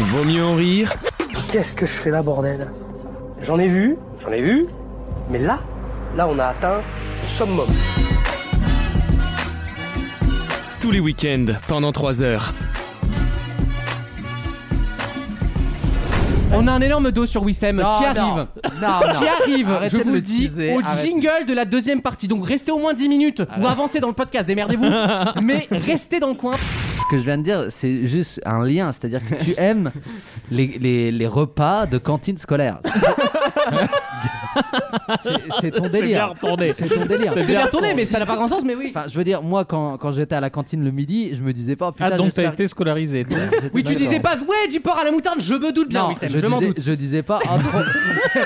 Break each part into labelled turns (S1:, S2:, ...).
S1: Vaut mieux en rire
S2: Qu'est-ce que je fais là, bordel J'en ai vu, j'en ai vu, mais là, là, on a atteint le summum.
S1: tous les week-ends pendant 3 heures.
S3: On a un énorme dos sur Wissem qui arrive. qui arrive, je
S4: de
S3: vous
S4: le
S3: le dis,
S4: teaser,
S3: au
S4: arrêtez.
S3: jingle de la deuxième partie. Donc restez au moins 10 minutes ou avancez dans le podcast, démerdez-vous. mais restez dans le coin.
S4: Ce que je viens de dire, c'est juste un lien. C'est-à-dire que tu aimes les, les- les repas de cantine scolaire. C'est- C'est ton
S5: C'est bien
S4: délire.
S5: retourné.
S4: C'est ton délire.
S5: C'est
S3: C'est bien
S5: bien
S3: tourné, mais ça n'a pas grand sens, mais oui.
S4: Enfin, je veux dire, moi, quand, quand j'étais à la cantine le midi, je me disais pas. oh, Putain,
S5: Ah, donc t'as
S4: j'espère-
S5: été scolarisé. toi.
S4: Ouais, j'étais
S3: Oui, tu
S4: d'accord.
S3: disais pas, ouais, du porc à la moutarde, je me doute bien,
S4: Non,
S3: Wissem,
S4: je,
S3: je, m'en
S4: disais-
S3: doute.
S4: Je disais pas. un trop-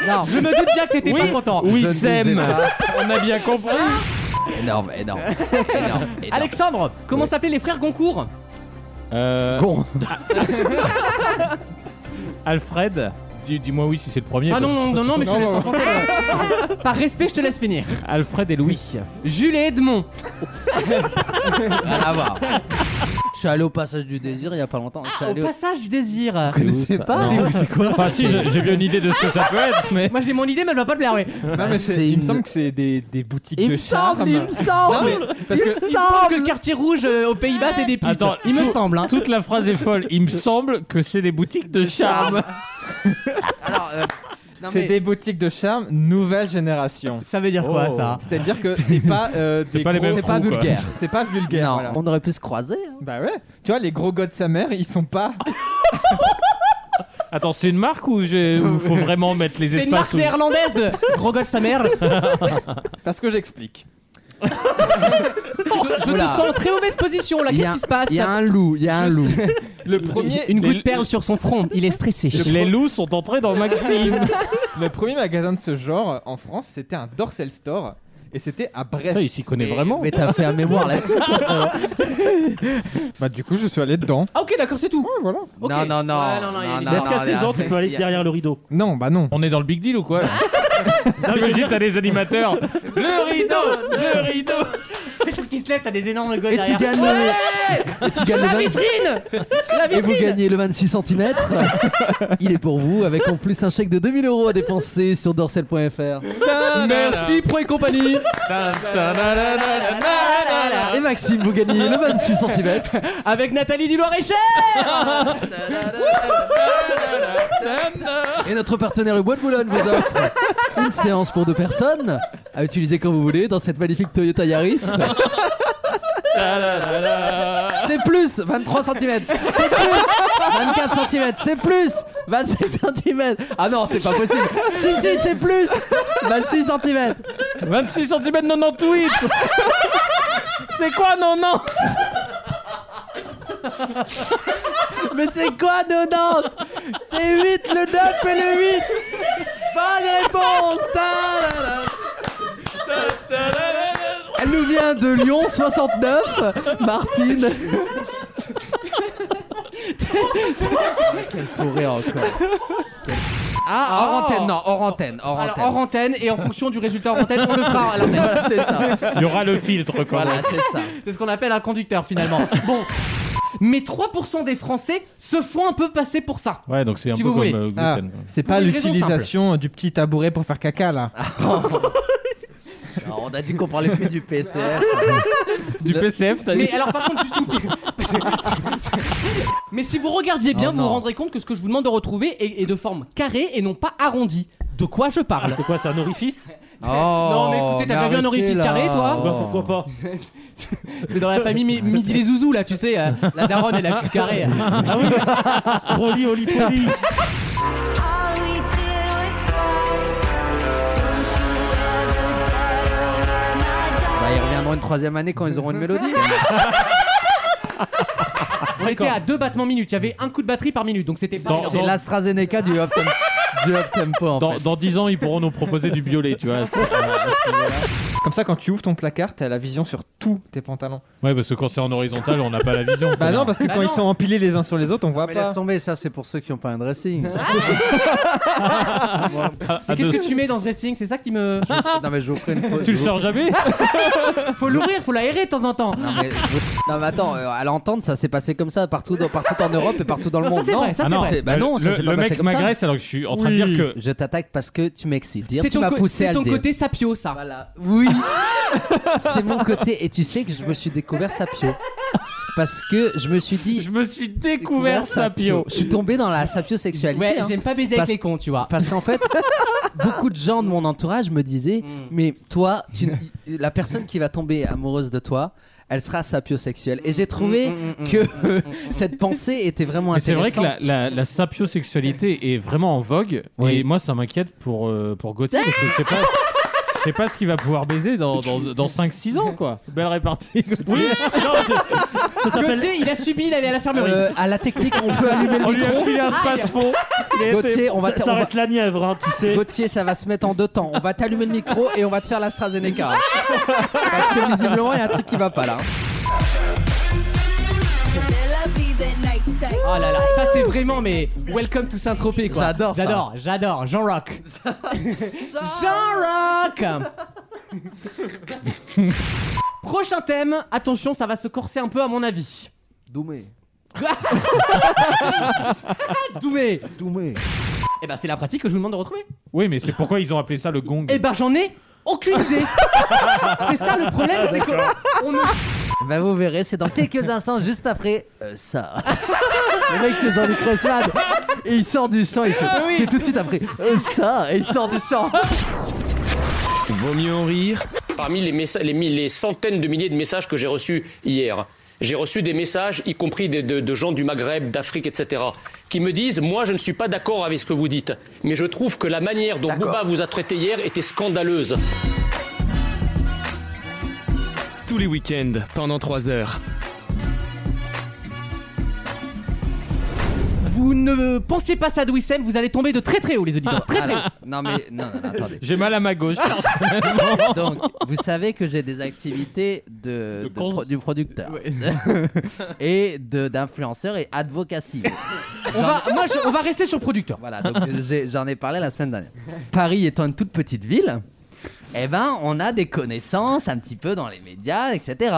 S4: non,
S3: Je me doute bien que t'étais pas content.
S4: je ne
S5: Wissem.
S4: disais pas-
S5: On a bien compris.
S4: Énorme, énorme, énorme. énorme.
S3: Alexandre, comment
S4: Oui.
S3: s'appelaient les frères Goncourt
S5: Euh,
S4: Con.
S5: Alfred, dis- dis-moi oui si c'est le premier.
S3: Ah
S5: parce-
S3: non, non, non, non, mais je te
S5: Non,
S3: laisse
S5: non.
S3: t'en français. Par respect, je te laisse finir.
S5: Alfred et Louis.
S3: Jules et Edmond.
S4: Rien à voir. Je suis allé au passage du désir il y a pas longtemps. Je suis
S3: Ah, Au
S4: allé au-
S3: passage du désir.
S4: connaissez pas
S5: C'est quoi Enfin, si, je- j'ai bien une idée de ce que ça peut être, mais.
S3: Moi j'ai mon idée, mais elle va pas te plaire, oui.
S6: Non, mais c'est-
S4: Ah, c'est
S6: il
S4: une-
S6: me semble que c'est des, des boutiques
S4: Il
S6: de
S4: me
S6: charme.
S4: semble, il me
S6: Non,
S4: semble.
S6: mais parce que
S3: Il me semble que le quartier rouge euh, aux Pays-Bas c'est des putes.
S5: Attends,
S3: il me
S5: tout-
S3: semble. Hein.
S5: Toute la phrase est folle. Il me semble que c'est des boutiques de charme.
S4: Alors, euh, non,
S6: c'est
S4: mais-
S6: des boutiques de charme nouvelle génération.
S3: Ça veut dire quoi
S5: Oh.
S3: ça
S6: C'est-à-dire que c'est pas euh,
S5: C'est
S6: des
S5: pas les
S6: gros-
S5: mêmes
S4: C'est pas
S5: trous, quoi.
S4: vulgaire.
S6: C'est pas vulgaire.
S4: Non,
S6: voilà.
S4: on aurait pu se croiser. hein.
S6: Bah ouais. Tu vois, les gros gars de sa mère, ils sont pas.
S5: Attends, c'est une marque ou j'ai- ou faut vraiment mettre les
S3: C'est une
S5: espaces
S3: marque
S5: où-
S3: néerlandaise Gros gosse sa mère
S6: Parce que j'explique.
S3: Je, je te
S4: Oula.
S3: sens en très mauvaise position là,
S4: Il y
S3: qu'est-ce
S4: a-
S3: qui se passe
S4: Il y a un loup, il y a un loup.
S6: Le premier,
S3: Une goutte
S5: les-
S3: de perle sur son front, il est stressé.
S5: Les loups sont entrés dans Maxime.
S6: le premier magasin de ce genre en France, c'était un Dorsal Store. Et c'était à Brest.
S5: Ça, il s'y connaît
S4: Mais-
S5: vraiment.
S4: Mais t'as fait un mémoire là-dessus. quoi.
S6: Bah du coup, je suis allé dedans.
S3: Ah ok d'accord c'est tout.
S6: Ouais, voilà.
S3: Ok.
S4: Non, non, non.
S3: Ouais, non, non, il y a des-
S4: non,
S7: Est-ce qu'à
S4: non,
S7: 16 ans,
S4: il y a-
S7: tu peux aller
S4: il y a-
S7: derrière le rideau
S6: Non, bah non.
S5: On est dans le big deal ou quoi Ça veut dire t'as des animateurs. Le rideau, le rideau.
S3: C'est tout qui se lève, t'as des énormes gosses
S4: Et tu
S3: derrière.
S4: gagnes le, et tu gagnes le
S3: La
S4: 20
S3: vitrine La
S4: et vous
S3: vitrine
S4: gagnez le 26 cm. Il est pour vous avec en plus un chèque de 2000 euros à dépenser sur dorsel.fr.
S3: Merci Pro et compagnie
S4: Et Maxime, vous gagnez le 26 cm.
S3: Avec Nathalie du Loir-et-Cher
S4: Et notre partenaire le Bois de Boulogne vous offre une séance pour deux personnes à utiliser quand vous voulez dans cette magnifique Toyota Yaris. C'est plus 23 cm, c'est plus 24 cm, c'est plus 27 cm. Ah non, c'est pas possible. Si, si, c'est plus 26 cm.
S5: 26 cm 98 C'est quoi non non
S4: Mais c'est quoi 90 C'est 8, le 9 et le 8. Bonne réponse. Ta la la. Elle nous vient de Lyon 69, Martine. Quel pourri encore.
S3: Ah, hors antenne,
S4: non, hors antenne, hors
S3: Alors hors antenne et en fonction du résultat hors antenne, on le fera à l'antenne.
S4: c'est ça.
S5: Il y aura le filtre quand même.
S4: Voilà, c'est ça.
S3: C'est ce qu'on appelle un conducteur finalement. Bon. Mais 3% des Français se font un peu passer pour ça.
S5: Ouais, donc c'est un
S3: Si
S5: peu
S3: vous
S5: comme
S3: voulez.
S5: euh,
S6: Ah,
S5: gluten.
S6: c'est
S3: Pour
S6: pas
S3: une raison
S6: l'utilisation euh, du petit tabouret pour faire caca là.
S4: Ah. on a dit qu'on parlait plus du PCR.
S5: Du PCF, t'as dit
S3: Mais alors par contre, juste une petite- Mais si vous regardiez bien,
S4: Oh,
S3: vous vous
S4: non.
S3: rendrez compte que ce que je vous demande de retrouver est, est de forme carrée et non pas arrondie. De quoi je parle
S7: C'est quoi, c'est un orifice
S4: Oh,
S3: Non, mais écoutez, t'as déjà vu un orifice carré, toi
S7: Bah, Pourquoi pas
S3: C'est dans la famille Mi- Midi les Zouzous, là, tu sais. euh, la daronne, elle a plus carré.
S5: Ah.
S7: Roli, oli, poli
S8: All we did was fight. Don't you ever dare to run our
S4: Bah, ils reviendront une troisième année quand ils auront une mélodie.
S3: Ah, On était à deux battements minutes. Il y avait un coup de batterie par minute, donc c'était pas.
S5: Dans-
S4: C'est l'AstraZeneca du up tempo, du up tempo en
S5: dans,
S4: fait.
S5: dans 10 ans, ils pourront nous proposer du violet, tu vois. C'est-
S6: Comme ça, quand tu ouvres ton placard, t'as la vision sur tous tes pantalons.
S5: Ouais, parce que quand c'est en horizontal, on n'a pas la
S4: Ah
S5: vision.
S6: Bah non, parce que
S3: Bah
S6: quand
S3: non.
S6: ils sont empilés les uns sur les autres, on voit
S4: Mais
S6: pas.
S4: laisse tomber, ça c'est pour ceux qui n'ont pas un dressing.
S5: À
S3: Qu'est-ce
S5: deux-
S3: que tu mets dans ce dressing C'est ça qui me.
S4: non mais je vous ferai une photo.
S5: Ah, Tu le sors jamais
S3: Faut l'ouvrir, faut l'aérer de temps en temps.
S4: Non mais je vous- Non mais attends, euh, à l'entendre, ça s'est passé comme ça partout, dans- partout en Europe et partout dans le
S3: Non, ça,
S4: monde.
S3: c'est
S4: non,
S3: vrai, ça,
S4: Ah
S3: c'est
S4: non,
S3: vrai.
S4: Bah non, ça
S5: le,
S4: s'est
S5: le
S4: pas passé
S5: mec
S4: comme ça.
S5: m'agresse alors que je suis en train de
S7: Oui.
S5: dire que.
S4: Je t'attaque parce que tu m'excites. Dire
S3: C'est
S4: tu
S3: ton,
S4: m'as
S3: co-
S4: poussé
S3: c'est
S4: à le
S3: ton
S4: dire.
S3: côté sapio, ça.
S4: Voilà. Oui. c'est mon côté. Et tu sais que je me suis découvert sapio. Parce que je me suis dit.
S5: Je me suis découvert Sapio.
S4: Je suis tombé dans la sapiosexualité.
S3: Ouais,
S4: hein.
S3: j'aime pas baiser
S4: Parce-
S3: avec les cons, tu vois.
S4: Parce qu'en fait, beaucoup de gens de mon entourage me disaient
S3: Mm.
S4: Mais toi, tu- la personne qui va tomber amoureuse de toi, elle sera sapiosexuelle. Et j'ai trouvé que cette pensée était vraiment
S5: Mais c'est vrai que
S4: intéressante.
S5: la, la, la sapiosexualité est vraiment en vogue
S4: Oui.
S5: et moi ça m'inquiète pour, euh, pour Gauthier parce que je sais pas, je sais pas ce qu'il va pouvoir baiser dans, dans, dans 5-6 ans quoi. Belle répartie Gauthier.
S7: Oui, non, je- ça s'appelle.
S3: Gauthier, Ah, il a subi, il est allé à la fermerie.
S4: Euh, à la technique, on peut allumer
S5: On
S4: le
S5: lui a
S4: micro.
S5: filé un space fond. Il a été-
S4: Gauthier, on va,
S7: Ça,
S4: t-
S7: ça
S4: on va-
S7: reste la Nièvre, hein, tu sais.
S4: Gauthier, ça va se mettre en deux temps. On va t'allumer le micro et on va te faire l'AstraZeneca. E Parce que visiblement, il y a un truc qui va pas là.
S9: Ah,
S3: Oh là là, ça c'est vraiment mais welcome to Saint-Tropez quoi.
S4: J'adore ça.
S3: J'adore, j'adore, Jean Rock. Jean Rock Prochain thème, attention, ça va se corser un peu à mon avis.
S4: Doumé.
S3: Doumé
S4: Doumé.
S3: Eh ben c'est la pratique que je vous demande de retrouver.
S5: Oui mais c'est pourquoi ils ont appelé ça le gong.
S3: Eh ben j'en ai aucune idée. c'est ça le problème, c'est que on ne
S4: Bah vous verrez, c'est dans quelques instants, juste après euh, ça. le mec c'est dans les crèches et il sort du champ, il fait- c'est tout de suite après euh, ça, et il sort du champ.
S1: Vaut mieux en rire
S10: Parmi les, messa- les mi- les centaines de milliers de messages que j'ai reçus hier, j'ai reçu des messages, y compris des- de, de gens du Maghreb, d'Afrique, etc., qui me disent Moi, je ne suis pas d'accord avec ce que vous dites, mais je trouve que la manière dont Bouba vous a traité hier était scandaleuse.
S1: tous les week-ends pendant 3 heures.
S3: vous ne pensiez pas ça de Wissem, vous allez tomber de très très haut les auditeurs. Très très haut.
S4: Non mais non, non, non, attendez.
S5: J'ai mal à ma gauche.
S4: Donc vous savez que j'ai des activités de, de
S5: De cons-
S4: pro- du producteur et de d'influenceur et advocacy.
S3: On va moi je- on va rester sur producteur.
S4: Voilà, donc euh, j'ai- j'en ai parlé la semaine dernière. Paris étant une toute petite ville, eh ben, on a des connaissances un petit peu dans les médias, etc.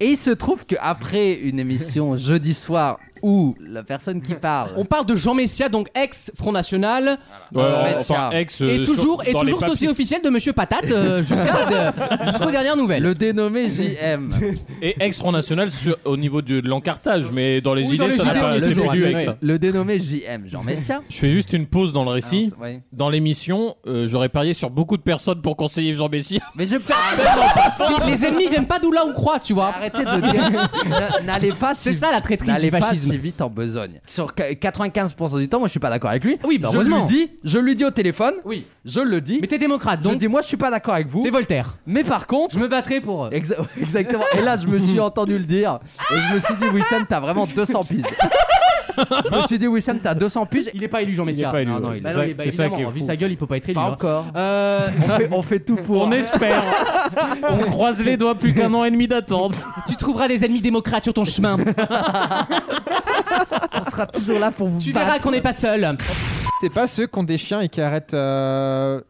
S4: Et il se trouve qu'après une émission jeudi soir où la personne qui parle.
S3: On parle de Jean Messia, donc ex Front National,
S4: Ouais,
S5: enfin, ex, euh,
S3: et toujours,
S5: sur-
S3: et
S5: dans les
S3: toujours
S5: papiers.
S3: sosie officielle de Monsieur Patate euh, jusqu'à de- jusqu'aux dernières nouvelles.
S4: Le dénommé JM.
S5: Et ex Front National sur- au niveau de de l'encartage mais dans les
S3: Oui, dans
S5: idées
S3: les
S5: ça n'a
S3: idées, on
S5: pas-
S3: est
S5: c'est
S3: toujours hein.
S5: plus du
S3: à-
S5: ex.
S3: ouais.
S4: Le dénommé JM, Jean Messia.
S5: Je fais juste une pause dans le récit.
S3: Ah,
S4: Alors, oui.
S5: Dans l'émission, euh, j'aurais parié sur beaucoup de personnes pour conseiller Jean Messia.
S4: Mais je
S3: Mais Ah, les ennemis viennent pas d'où là on croit, tu vois.
S4: Arrêtez de dire. Ne- N'allez pas si
S3: C'est ça la traîtrise
S4: N'allez
S3: du
S4: pas
S3: fascisme.
S4: si vite en besogne. Sur qu- 95% du temps, moi je suis pas d'accord avec lui.
S3: Oui, bah,
S4: je
S3: heureusement.
S4: lui dis, je lui dis au téléphone.
S3: Oui.
S4: Je le dis.
S3: Mais t'es démocrate,
S4: je
S3: donc
S4: dis moi je suis pas d'accord avec vous.
S3: c'est Voltaire.
S4: Mais par contre,
S3: Je me battrai pour. eux.
S4: Exa- exactement. Et là je me suis entendu le dire et je me suis dit Wissam t'as vraiment 200 piges. je me suis dit Wissam t'as 200 piges.
S3: Il est pas élu Jean Messia.
S5: est pas élu,
S3: Non, non,
S5: ouais.
S3: il
S5: Bah
S3: est
S5: non,
S3: pas
S5: il est-
S3: élu.
S5: c'est ça qui est
S3: Évidemment, vu
S5: fou.
S3: sa gueule, il peut pas être élu.
S4: Pas
S3: hein.
S4: encore.
S3: Euh,
S4: On fait, on fait tout pour.
S5: On espère. On croise les doigts plus qu'un an et demi d'attente.
S3: tu trouveras des ennemis démocrates sur ton chemin.
S4: On sera toujours là pour vous.
S3: tu
S4: battre.
S3: verras qu'on n'est pas seul.
S6: C'est pas ceux qui ont des chiens et qui arrêtent, euh,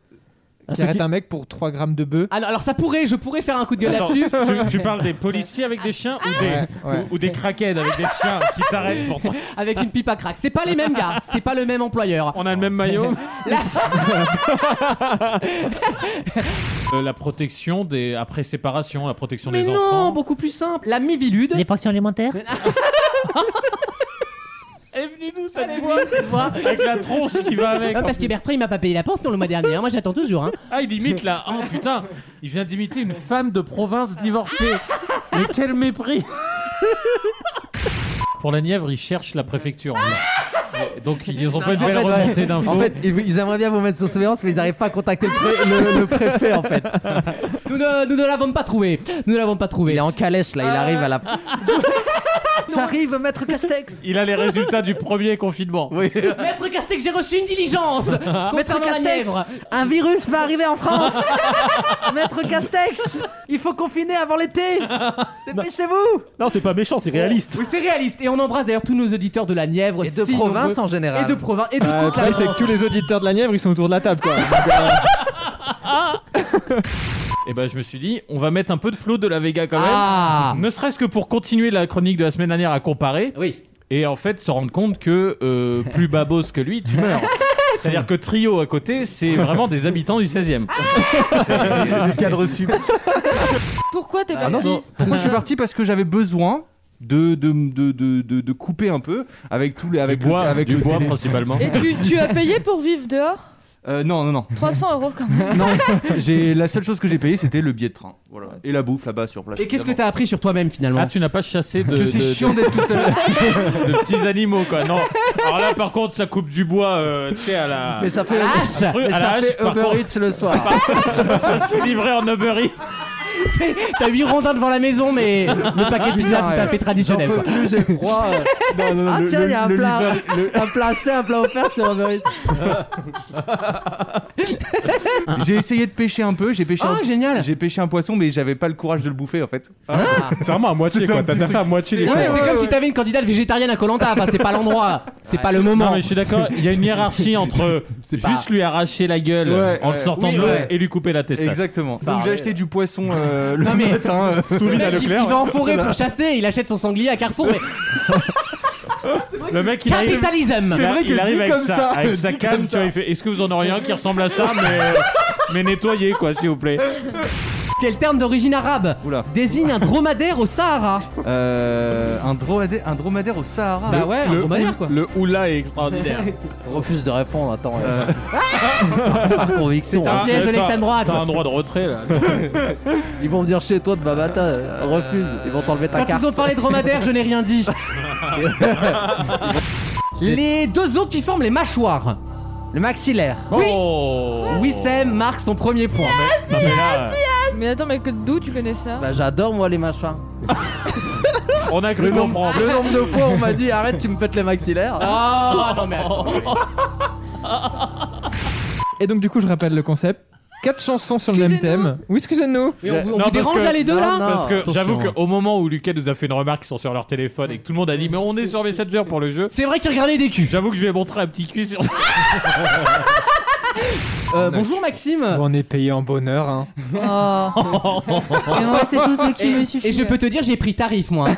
S6: qui arrêtent un mec pour 3 grammes de bœuf.
S3: Alors, alors ça pourrait, je pourrais faire un coup de gueule
S5: Attends,
S3: là-dessus.
S5: tu, tu parles des policiers avec des chiens ou des,
S6: ouais.
S5: Ou, ou des crackheads avec des chiens qui t'arrêtent pour toi
S3: avec une pipe à crack. C'est pas les mêmes gars, c'est pas le même employeur.
S5: On a le même maillot. Euh, la protection des après séparation, la protection
S3: Mais
S5: des
S3: non,
S5: enfants.
S3: beaucoup plus simple. La mivilude.
S11: Les pensions alimentaires
S5: Elle est venue d'où cette
S3: Elle est
S5: voix
S3: venue cette fois.
S5: Avec la tronche qui va avec.
S3: Non, parce que Bertrand il m'a pas payé la pension le mois dernier. hein. Moi j'attends toujours. Hein.
S5: Ah, il imite là. Oh putain, il vient d'imiter une femme de province divorcée. Mais quel mépris Pour la Nièvre, ils cherchent la préfecture. Donc ils ont pas une
S4: en
S5: belle
S4: fait,
S5: remontée d'infos.
S4: En fait, ils ils aimeraient bien vous mettre sous surveillance, mais ils n'arrivent pas à contacter le, pré- le- le préfet en fait.
S3: Nous ne, nous ne l'avons pas trouvé. Nous ne l'avons pas
S4: Il
S3: trouvé.
S4: est en calèche là, il arrive à la.
S3: Ah.
S4: J'arrive, maître Castex.
S5: Il a les résultats du premier confinement.
S3: Maître Castex, j'ai reçu une diligence
S4: Maître
S3: concernant la
S4: Castex,
S3: Nièvre.
S4: un virus va arriver en France. Maître Castex, il faut confiner avant l'été. Dépêchez-vous.
S7: Non, c'est pas méchant, c'est réaliste.
S3: Oui, c'est réaliste. Et on embrasse d'ailleurs tous nos auditeurs de la Nièvre.
S4: Et de
S3: si
S4: province en
S3: nombreux.
S4: général.
S3: Et de province. Et de
S6: Euh,
S3: toute la
S6: pareil, c'est que tous les auditeurs de la Nièvre ils sont autour de la table quoi. Donc, euh,
S5: Et ben je me suis dit, on va mettre un peu de flow de la Vega quand même.
S3: Ah
S5: Ne serait-ce que pour continuer la chronique de la semaine dernière à comparer
S3: Oui.
S5: et en fait se rendre compte que euh, plus babos que lui, tu meurs. C'est-à-dire que Trio à côté, c'est vraiment des habitants du 16e.
S11: Le cadre sup.
S9: Pourquoi t'es
S4: Ah non,
S9: parti
S4: non.
S11: Pourquoi je suis parti Parce que j'avais besoin de de, de, de, de- de couper un peu avec tous les
S5: Du
S11: avec le-
S5: bois,
S11: avec
S5: du
S11: le
S5: bois
S11: télé-
S5: principalement.
S9: Et tu, tu as payé pour vivre dehors
S11: Euh, non non non
S9: 300 euros quand même.
S11: non j'ai la seule chose que j'ai payé c'était le billet de train voilà et la bouffe là-bas sur place
S3: Et qu'est-ce que t'as appris sur toi-même
S5: Ah,
S3: finalement
S5: tu n'as pas chassé de,
S11: que c'est
S5: de- de-
S11: chiant d'être tout seul
S5: de petits animaux, quoi. Non. Alors là, par contre, ça coupe du bois, euh, tu sais, à la.
S4: Mais ça fait,
S5: hache Un truc
S4: mais
S5: à
S4: ça
S5: la hache,
S4: fait
S5: par contre.
S4: Uber Eats le soir.
S5: ça se fait livrer en Uber Eats.
S3: T'as 8 rondins devant la maison, mais le paquet de pizza
S4: Putain,
S3: tout à
S4: ouais.
S3: fait traditionnel.
S4: J'en
S3: quoi.
S4: peux plus, j'ai froid. euh. ah tiens, il y a un plat, un plat acheté, un plat offert sur Uber Eats.
S11: j'ai essayé de pêcher un peu j'ai pêché
S3: Ah,
S11: un...
S3: génial.
S11: j'ai pêché un poisson mais j'avais pas le courage de le bouffer en fait
S7: C'est vraiment à moitié
S11: C'était
S7: quoi.
S11: un
S7: T'as
S11: petit
S7: t'as fait à moitié les
S3: Ouais,
S7: choses.
S3: c'est comme si t'avais une candidate végétarienne à Colanta. Enfin, c'est pas l'endroit, c'est pas le moment.
S5: Non, mais je suis d'accord, il y a une hiérarchie entre juste
S3: pas-
S5: lui arracher la gueule
S11: Ouais,
S5: en le
S11: ouais.
S5: sortant
S3: Oui,
S5: de l'eau
S3: ouais.
S5: et lui couper la testasse.
S11: exactement
S3: Bah,
S11: donc j'ai
S3: ouais.
S11: acheté du poisson euh, le
S3: Non, mais-
S11: matin euh,
S3: Le mec, il, il va en forêt
S11: Voilà.
S3: pour chasser, il achète son sanglier à Carrefour. Mais
S5: Le mec, il arrive.
S3: capitalisme
S5: il
S11: C'est vrai
S5: arrive-
S11: que
S5: il arrive
S11: dit
S5: avec
S11: comme
S5: sa,
S11: ça,
S5: avec
S11: dit
S5: sa canne,
S11: comme
S5: tu
S11: ça.
S5: vois, il fait Est-ce que vous en auriez un qui ressemble à ça, mais, euh, mais nettoyé, quoi, s'il vous plaît
S3: Quel terme d'origine arabe
S11: Oula.
S3: désigne un dromadaire au Sahara
S11: Euh, un, dromadaire, un dromadaire au Sahara
S3: Bah ouais, un dromadaire quoi.
S5: Le oula est extraordinaire.
S4: Je refuse de répondre, attends. euh. Par conviction.
S5: Ah,
S3: Un piège de
S5: euh,
S3: l'extrême droite.
S5: T'as un droit de retrait, là.
S4: Ils vont venir chez toi de Babata, euh, refuse. Ils vont t'enlever ta
S3: Quand
S4: carte.
S3: ils ont parlé de dromadaire, je n'ai rien dit. les deux os qui forment les mâchoires.
S4: Le maxillaire.
S3: Oui.
S5: Oh
S3: Wissem marque son premier point.
S11: Oh.
S5: Non, mais là,
S9: Mais attends, mais que d'où tu connais ça
S4: Bah j'adore moi les mâchoires.
S5: on a cru comprendre.
S4: Le nombre de fois on m'a dit arrête tu me pètes les maxillaires.
S3: Ah non mais attends.
S6: Et donc, du coup, je rappelle le concept. Quatre chansons sur le même
S9: Excusez-nous.
S6: thème. Oui, excusez-nous.
S3: Mais on vous, on
S5: Non,
S3: vous
S5: parce
S3: dérange
S5: que-
S3: là les deux
S4: Non,
S3: là
S4: non.
S5: Parce que
S4: attention,
S5: j'avoue
S4: hein.
S5: qu'au moment où Lucas nous a fait une remarque, ils sont sur leur téléphone et que tout le monde a dit Mais on est sur Messenger pour le jeu,
S3: C'est vrai qu'ils regardaient des culs.
S5: j'avoue que je vais montrer un petit cul sur.
S3: Euh, bonjour Maxime.
S6: On est payé en bonheur. Hein.
S9: Oh. Et moi, c'est tout ce qui me suffit.
S3: Et je peux te dire, j'ai pris tarif moi.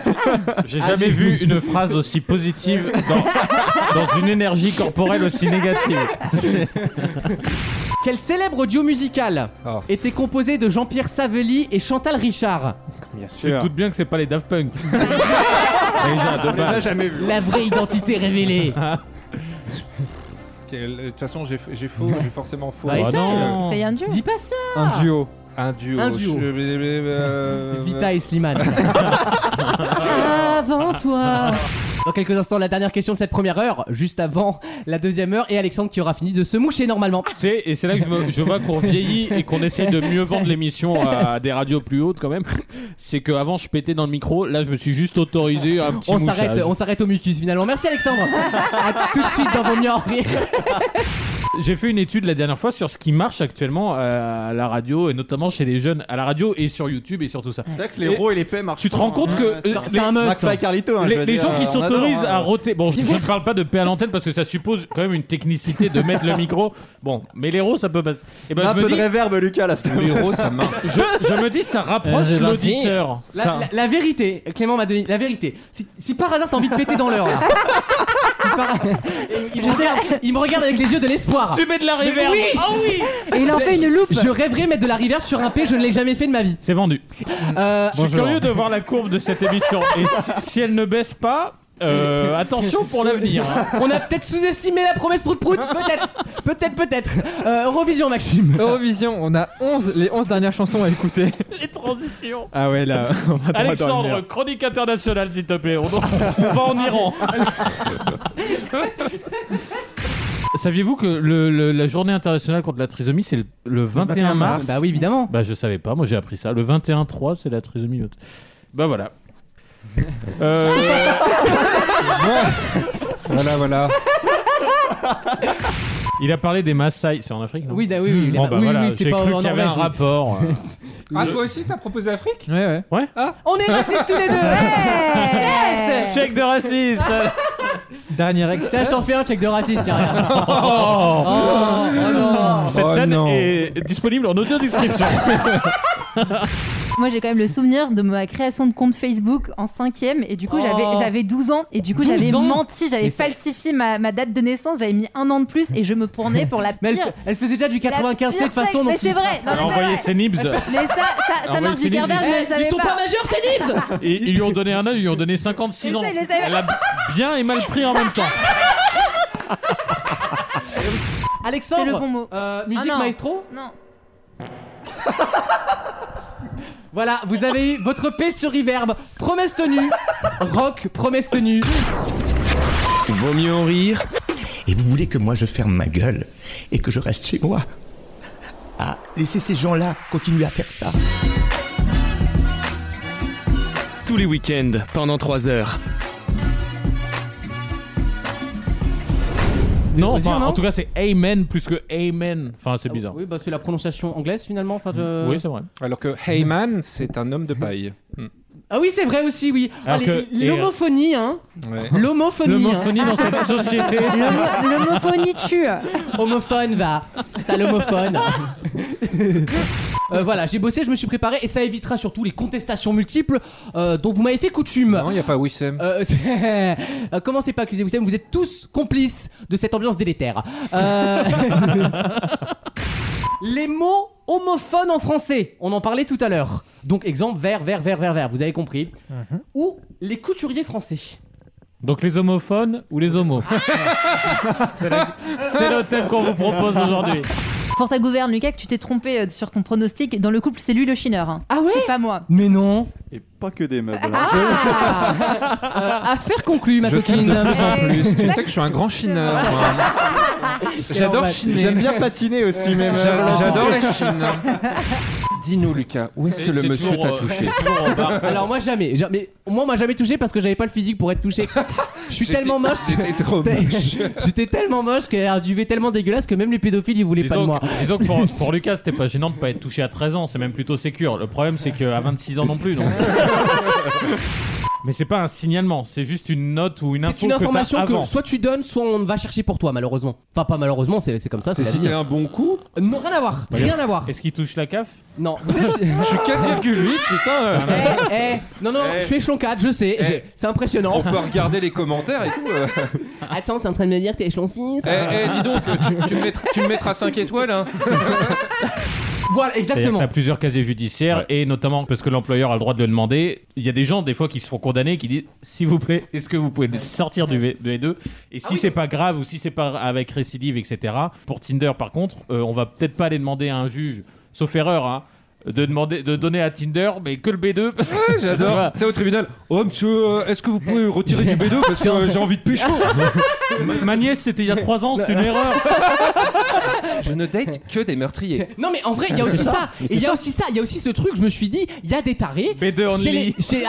S5: J'ai jamais vu une phrase aussi positive dans, dans une énergie corporelle aussi négative.
S3: Quel célèbre duo musical
S6: Oh.
S3: était composé de Jean-Pierre Savelli et Chantal Richard
S6: Bien
S5: Tu te doutes bien que c'est pas les Daft Punk. Déjà, de base.
S11: jamais vu
S3: La vraie identité révélée.
S11: de toute façon j'ai faux
S6: J'ai forcément faux. euh,
S3: Bah,
S5: Ah
S3: essaye.
S5: non.
S9: C'est un dieu.
S3: Dis pas ça.
S6: Un duo.
S11: un duo
S3: Un duo.
S6: euh,
S3: Vita et Slimane. avant toi. Dans quelques instants, la dernière question de cette première heure, juste avant la deuxième heure, et Alexandre qui aura fini de se moucher normalement.
S5: C'est- et c'est là que je, me- je vois qu'on vieillit et qu'on essaye de mieux vendre l'émission à des radios plus hautes quand même. C'est qu'avant je pétais dans le micro, là je me suis juste autorisé un petit
S3: On
S5: mouchage.
S3: s'arrête, on s'arrête au mucus finalement. Merci Alexandre. à tout de suite dans vos mieux en rire.
S5: J'ai fait une étude la dernière fois sur ce qui marche actuellement euh, à la radio et notamment chez les jeunes à la radio et sur YouTube et sur tout ça.
S11: C'est vrai que les ros et les paix marchent.
S5: Tu te rends compte que euh,
S3: C'est un must.
S11: McFly et Carlito, hein, je
S5: les,
S11: veux
S5: les
S11: dire,
S5: gens
S11: euh,
S5: qui
S11: on
S5: s'autorisent
S11: adore,
S5: à
S11: hein.
S5: roter, bon, je, je ne parle pas de paix à l'antenne parce que ça suppose quand même une technicité de mettre le micro. Bon, mais les roses, ça peut passer. Et ben,
S11: Un
S5: je me
S11: peu de
S5: dis,
S11: réverb, Lucas, là, s'il te plaît.
S5: je, je me dis, ça rapproche
S3: Euh,
S5: l'auditeur.
S3: La,
S5: Ça-
S3: la- la vérité, Clément m'a donné la vérité. Si, si par hasard t'as envie de péter dans l'heure, là. Si par- il, me regarde, il me regarde avec les yeux de l'espoir.
S5: Tu mets de la réverb.
S3: Oui
S5: Ah oui
S9: Et il en fait une loupe.
S3: Je rêverais mettre de la reverb sur un P, je ne l'ai jamais fait de ma vie.
S5: C'est vendu.
S3: Euh,
S5: Je suis curieux de voir la courbe de cette émission. Et si, si elle ne baisse pas, euh, attention pour l'avenir. hein.
S3: on a peut-être sous-estimé la promesse prout-prout, peut-être, peut-être, peut-être. Euh, Eurovision, Maxime.
S6: Eurovision, on a 11, les 11 dernières chansons à écouter.
S5: Les transitions.
S6: Ah ouais, là, on va droit dans le
S5: Alexandre,
S6: mur.
S5: chronique internationale, s'il te plaît. On, on va en Iran. Saviez-vous que le- le- la journée internationale contre la trisomie, c'est le, le 21 mars
S3: Bah oui, évidemment.
S5: Bah je savais pas, moi j'ai appris ça. Le 21-3, c'est la trisomie. haute. Bah voilà. Euh,
S11: Voilà, voilà.
S5: il a parlé des Maasai, c'est en Afrique non
S3: Oui, bah oui, oui,
S5: Bon,
S3: là-bas.
S5: bah
S3: oui,
S5: voilà,
S3: oui,
S5: j'ai
S3: c'est pas
S5: cru
S3: en
S5: qu'il y avait un
S3: Norvège. oui.
S5: rapport. euh.
S6: Ah, Ouais, ouais.
S3: On est racistes tous les deux.
S9: Hey
S5: Chèque de raciste
S12: Dernier
S4: Tiens,
S12: extrait.
S4: je t'en fais un check de raciste, tiens, regarde.
S13: Oh.
S4: Oh, oh non.
S13: Cette
S14: Oh
S13: scène
S14: non.
S13: est disponible en audio description.
S9: Moi, j'ai quand même le souvenir de ma création de compte Facebook en cinquième, et du coup,
S4: Oh.
S9: j'avais j'avais 12 ans, et du coup,
S4: 12
S9: j'avais
S4: ans
S9: menti, j'avais
S4: Mais c'est-
S9: falsifié ma, ma date de naissance, j'avais mis un an de plus, et je me prenais pour la
S4: Mais elle,
S9: pire.
S4: elle faisait déjà du 95C de
S9: pire
S4: façon,
S9: blague.
S4: donc
S9: Mais c'est
S4: il-
S9: vrai,
S13: Elle a
S9: non, mais c'est vrai.
S13: envoyé ses nibs.
S9: Mais ça, ça,
S13: Ah
S9: ça
S13: ouais,
S9: marche
S13: c'est
S9: du Gerber,
S13: nébuleux.
S9: je ne
S4: Eh, Ils
S9: savais
S4: sont pas
S9: pas.
S4: majeurs, c'est Nibs
S5: Et ils lui ont donné un an, ils lui ont donné 56 ans.
S9: Je sais, je sais.
S5: Elle a bien et mal pris en même temps.
S4: Alexandre,
S9: C'est le bon mot.
S4: euh, musique
S9: Ah non.
S4: maestro,
S9: Non.
S4: voilà, vous avez eu votre paix sur Reverb, promesse tenue, rock, promesse tenue.
S1: Vaut mieux en rire
S3: Et vous voulez que moi je ferme ma gueule et que je reste chez moi Ah, laissez ces gens-là continuer à faire ça.
S1: tous les week-ends pendant 3 heures.
S5: Non,
S4: Vas-y,
S5: enfin,
S4: non
S5: en tout cas, c'est Amen plus que Amen. Enfin, c'est
S9: Ah
S5: bizarre.
S4: Oui, bah c'est la prononciation anglaise finalement. Enfin,
S9: euh,
S4: je-
S5: Oui, c'est vrai.
S6: Alors que Heyman, c'est un homme de paille. Hmm.
S4: Ah oui, c'est vrai aussi, oui. Ah,
S6: Alors
S4: les-
S6: que-
S4: L'homophonie, hein.
S6: Ouais.
S4: L'homophonie.
S5: L'homophonie
S4: hein.
S5: dans cette société.
S9: L'homo- L'homophonie tue.
S4: Homophone, va. Sale homophone. Euh, voilà, j'ai bossé, je me suis préparé et ça évitera surtout les contestations multiples euh, dont vous m'avez fait coutume.
S6: Non, il n'y a pas Wissem.
S4: Euh, c'est- euh, commencez pas à accuser Wissem, vous êtes tous complices de cette ambiance délétère. Euh, Les mots homophones en français, on en parlait tout à l'heure. Donc exemple vert, vert, vert, vert, vert, vous avez compris. Ou les couturiers français.
S5: Donc les homophones ou les homos C'est la- c'est le thème qu'on vous propose aujourd'hui.
S9: Pour ta gouverne, Lucas, que tu t'es trompé euh, sur ton pronostic. Dans le couple, c'est lui le chineur. hein.
S4: Ah ouais
S9: C'est pas moi.
S4: Mais non
S15: Et pas que des meubles. hein.
S4: Euh, Affaire conclue, ma
S6: Je t'aime
S4: coquine.
S6: de plus en
S9: Eh.
S6: plus. tu sais que je suis un grand chineur. moi. J'adore chiner.
S15: J'aime bien patiner aussi, mais
S6: J'a- J'adore la Chine. Dis-nous, Lucas, où est-ce
S5: C'est-
S6: que le
S5: c'est
S6: monsieur
S5: toujours,
S6: t'a
S5: euh,
S6: touché
S5: c'est toujours en bas.
S4: Alors moi jamais, jamais. Moi on m'a jamais touché parce que j'avais pas le physique pour être touché. Je suis
S6: J'étais-
S4: tellement moche.
S6: J'étais trop moche.
S4: J'étais tellement moche que un duvet tellement dégueulasse que même les pédophiles ils voulaient pas de
S5: Disons
S4: moi.
S5: que, disons que pour, pour Lucas, c'était pas gênant de pas être touché à 13 ans, c'est même plutôt sécure. Le problème, c'est qu'à 26 ans non plus. donc. Mais c'est pas un signalement, c'est juste une note ou une
S4: C'est
S5: info
S4: une
S5: que t'as
S4: information que,
S5: avant.
S4: soit tu donnes, soit on va chercher pour toi malheureusement. Enfin pas malheureusement, c'est c'est comme ça.
S6: C'est
S4: la vie.
S6: signé un bon coup
S4: Non rien à voir, rien à voir.
S5: Est-ce qu'il touche la CAF
S4: Non. Vous êtes-
S6: Je suis 4,8, putain. euh.
S4: Eh, eh, non non,
S6: Eh.
S4: je suis échelon 4, je sais.
S6: Eh.
S4: j'ai- C'est impressionnant.
S6: On peut regarder les commentaires et tout. euh.
S4: Attends, t'es en train de me dire que t'es échelon 6
S6: Eh, eh, dis donc, tu, tu me mettras, tu me mettras 5 étoiles. Hein.
S4: Voilà,
S5: C'est-à-dire que
S4: exactement.
S5: T'as plusieurs casiers judiciaires et notamment parce que l'employeur a le droit de le demander. Il y a des gens des fois qui se font condamner et qui disent s'il vous plaît, est-ce que vous pouvez nous sortir du V- de V2 Et si c'est pas grave ou si c'est pas avec récidive, etc. Pour Tinder par contre, euh, on va peut-être pas aller demander à un juge, sauf erreur, hein, de demander, de donner à Tinder, mais que le B2 parce que
S6: Ouais, J'adore. C'est au tribunal. Oh, monsieur, euh, est-ce que vous pouvez retirer du B2 parce que euh, j'ai envie de pécho
S5: Ma- ma nièce c'était il y a trois ans, c'était une erreur.
S6: Je ne date que des meurtriers.
S4: Non mais en vrai, il y a aussi ça. Et Il y a aussi ça. Il y a aussi ce truc. Je me suis dit, il y a des tarés.
S5: B2
S4: Chez
S5: only,
S4: les- Ah, chez-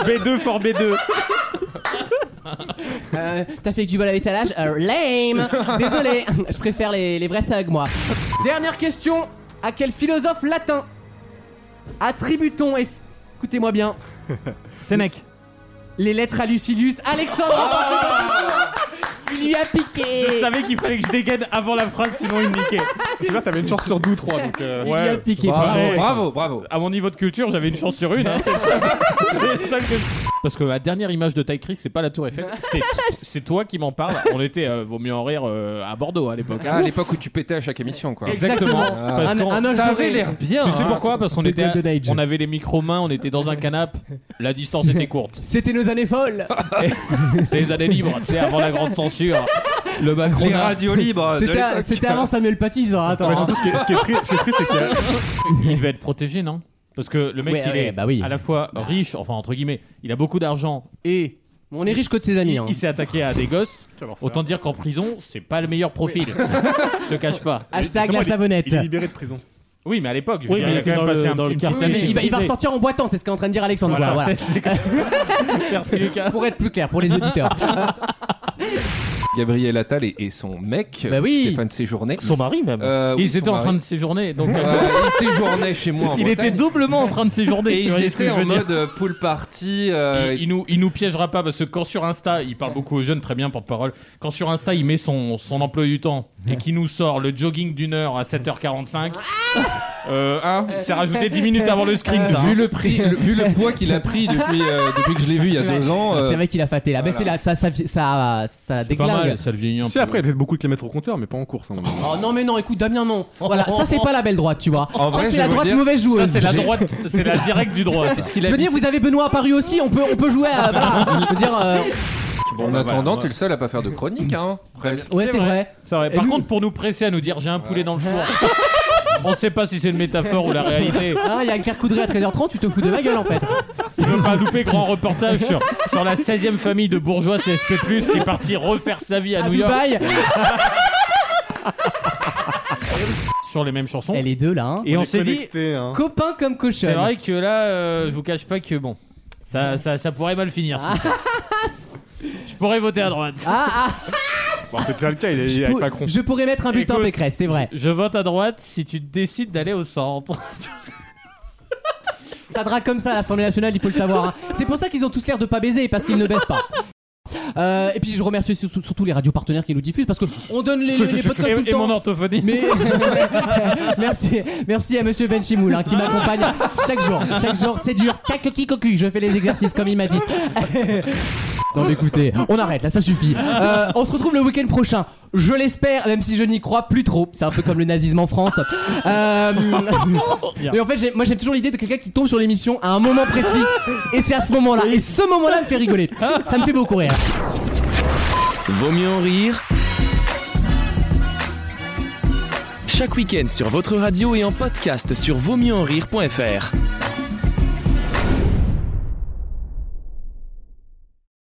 S5: B2 for B2.
S4: Euh, T'as fait que du vol à l'étalage Euh, Lame Désolé, je préfère les, les vrais thugs moi. Dernière question à quel philosophe latin attribue-t-on est- Écoutez-moi bien
S13: Sénèque.
S4: les lettres à Lucilius
S3: Ah.
S4: Alexandre Il lui a
S5: Je
S4: piqué
S5: savais qu'il fallait que je dégaine avant la phrase, sinon il me niquait.
S15: Celui-là, t'avais une chance sur deux ou trois. Donc, euh,
S4: Il lui a
S5: Ouais.
S4: piqué.
S5: Bravo.
S6: Bravo, bravo, bravo.
S5: à mon niveau de culture, j'avais une chance sur une. hein, c'est le seul- c'est le seul que je- Parce que la dernière image de Taïkris, c'est pas la Tour Eiffel, c'est- c'est toi qui m'en parles. On était, euh, vaut mieux en rire, euh, à Bordeaux à l'époque.
S6: Ah, à l'époque où tu pétais à chaque émission, quoi.
S5: Exactement.
S6: Ah.
S5: Parce
S4: Un-
S5: qu'on-
S4: un homme
S6: Ça
S4: doré.
S6: avait l'air bien.
S5: tu sais
S6: hein.
S5: pourquoi Parce qu'on
S4: C'est
S5: était, à-
S4: Golden Age.
S5: on avait les micros mains, on était dans un canapé, la distance était courte.
S4: C'était nos années folles
S5: C'est les années libres, tu sais, avant la grande censure, le Macron.
S6: Les radios libres. Ah, de
S4: C'était
S6: l'époque.
S4: c'était avant Samuel Paty, ça, attends.
S15: ouais,
S4: hein.
S15: surtout, ce qui est, ce qui est triste, ce qui est triste, c'est qu'il y a-
S5: il va être protégé, non Parce que le mec,
S4: Ouais,
S5: il
S4: ouais,
S5: est
S4: bah oui.
S5: à la fois riche, enfin entre guillemets, il a beaucoup d'argent et
S4: On est riche que de ses amis. hein.
S5: il s'est attaqué à des gosses. Autant dire qu'en prison, c'est pas le meilleur profil. je te cache pas.
S4: Hashtag la
S15: il est-
S4: savonnette.
S15: il est libéré de prison.
S5: Oui, mais à l'époque, je
S13: Oui,
S5: veux dire,
S13: mais
S5: il
S13: il
S5: a
S13: était
S5: quand même
S13: dans
S5: passé
S13: le-
S5: un
S13: dans le
S5: petit
S13: quartier.
S5: carton.
S4: Oui, il, va, il va
S5: Voilà,
S4: ressortir en boitant, c'est ce qu'est en train de dire Alexandre. quoi, voilà.
S5: c'est- c'est comme- Merci Lucas.
S4: Pour être plus clair, pour les auditeurs.
S6: Gabriel Attal et, et son mec,
S5: Bah oui.
S6: Stéphane Séjourné.
S5: Son mari, même.
S6: Euh, oui,
S5: ils étaient
S6: son
S5: en train
S6: mari.
S5: de séjourner. Donc,
S6: Euh, ils séjournaient chez moi en
S5: Il
S6: Bretagne.
S5: était doublement en train de séjourner.
S6: Et
S5: c'est
S6: ils
S5: vrai ce que
S6: étaient
S5: je veux
S6: en
S5: dire.
S6: mode euh, pool party. euh,
S5: il, il nous, il nous piégera pas parce que quand sur Insta, il parle beaucoup aux jeunes, très bien, porte-parole. Quand sur Insta, il met son, son emploi du temps et qu'il nous sort le jogging d'une heure à 7h45, euh, hein, c'est rajouté 10 minutes avant le screen. ça, hein.
S6: Ah Euh, Vu le prix, le- vu le poids qu'il a pris depuis, euh, depuis que je l'ai vu il y a deux ans. euh,
S4: C'est vrai qu'il a faté là. Mais
S6: voilà.
S4: c'est là, ça, ça, ça, ça déglingue.
S3: Si après, il y a peut-être beaucoup de les mettre au compteur, mais pas en course.
S4: Oh non mais non, écoute Damien non. Voilà, ça c'est pas la belle droite, tu vois.
S3: En
S4: ça
S3: vrai, je
S4: c'est
S3: vais
S4: la
S3: vous
S4: droite
S3: dire-
S4: mauvaise joueuse.
S5: Ça, c'est la droite, c'est la directe du droit. ça.
S4: Je veux dire, vous avez Benoît à Paris aussi, on peut, on peut jouer à. Voilà. Je veux dire. euh,
S6: en
S5: bah,
S6: attendant,
S5: voilà.
S6: t'es le seul à pas faire de chronique, hein. presque.
S4: Ouais, c'est vrai.
S5: C'est vrai. Par contre, pour nous presser à nous dire j'ai un poulet dans le four, on sait pas si c'est une métaphore ou la réalité.
S4: hein, Il y a Claire Coudray à 13h30, tu te fous de ma gueule en fait.
S5: Tu veux pas louper grand reportage sur, sur la 16e famille de bourgeois CSP, qui est partie refaire sa vie à,
S4: À
S5: New York.
S4: Dubaï.
S5: sur les mêmes chansons.
S4: Elle est deux là. hein.
S5: Et on, s'est dit,
S6: Hein.
S4: Copain comme cochon.
S5: c'est vrai que là, euh, je vous cache pas que bon, ça, ça, ça pourrait mal finir. cette histoire. je pourrais voter à droite.
S4: Ah,
S3: c'est déjà le cas, il est, il est
S5: Je
S3: avec
S5: peux-
S3: Macron.
S4: Je pourrais mettre un bulletin
S5: Écoute,
S4: Pécresse, c'est vrai.
S5: Je vote à droite si tu décides d'aller au centre.
S4: Ça drague comme ça à l'Assemblée nationale, il faut le savoir. hein. C'est pour ça qu'ils ont tous l'air de pas baiser parce qu'ils ne baissent pas. Euh, et puis je remercie sur- sur- surtout les radios partenaires qui nous diffusent parce que on donne les, les podcasts
S5: et,
S4: tout le
S5: et
S4: temps.
S5: mon orthophoniste.
S4: Mais merci, merci à Monsieur Benchimoul hein, qui m'accompagne chaque jour. Chaque jour, c'est dur. Kakaki cocu, je fais les exercices comme il m'a dit. non mais écoutez, on arrête là, ça suffit. Euh, on se retrouve le week-end prochain. Je l'espère, même si je n'y crois plus trop. C'est un peu comme le nazisme en France. Euh, mais en fait, j'ai- moi j'aime toujours l'idée de quelqu'un qui tombe sur l'émission à un moment précis. Et c'est à ce moment-là. Et ce moment-là me fait rigoler. Ça me fait beaucoup rire.
S1: Vaut mieux en rire. Chaque week-end sur votre radio et en podcast sur vaumieuxenrire.fr.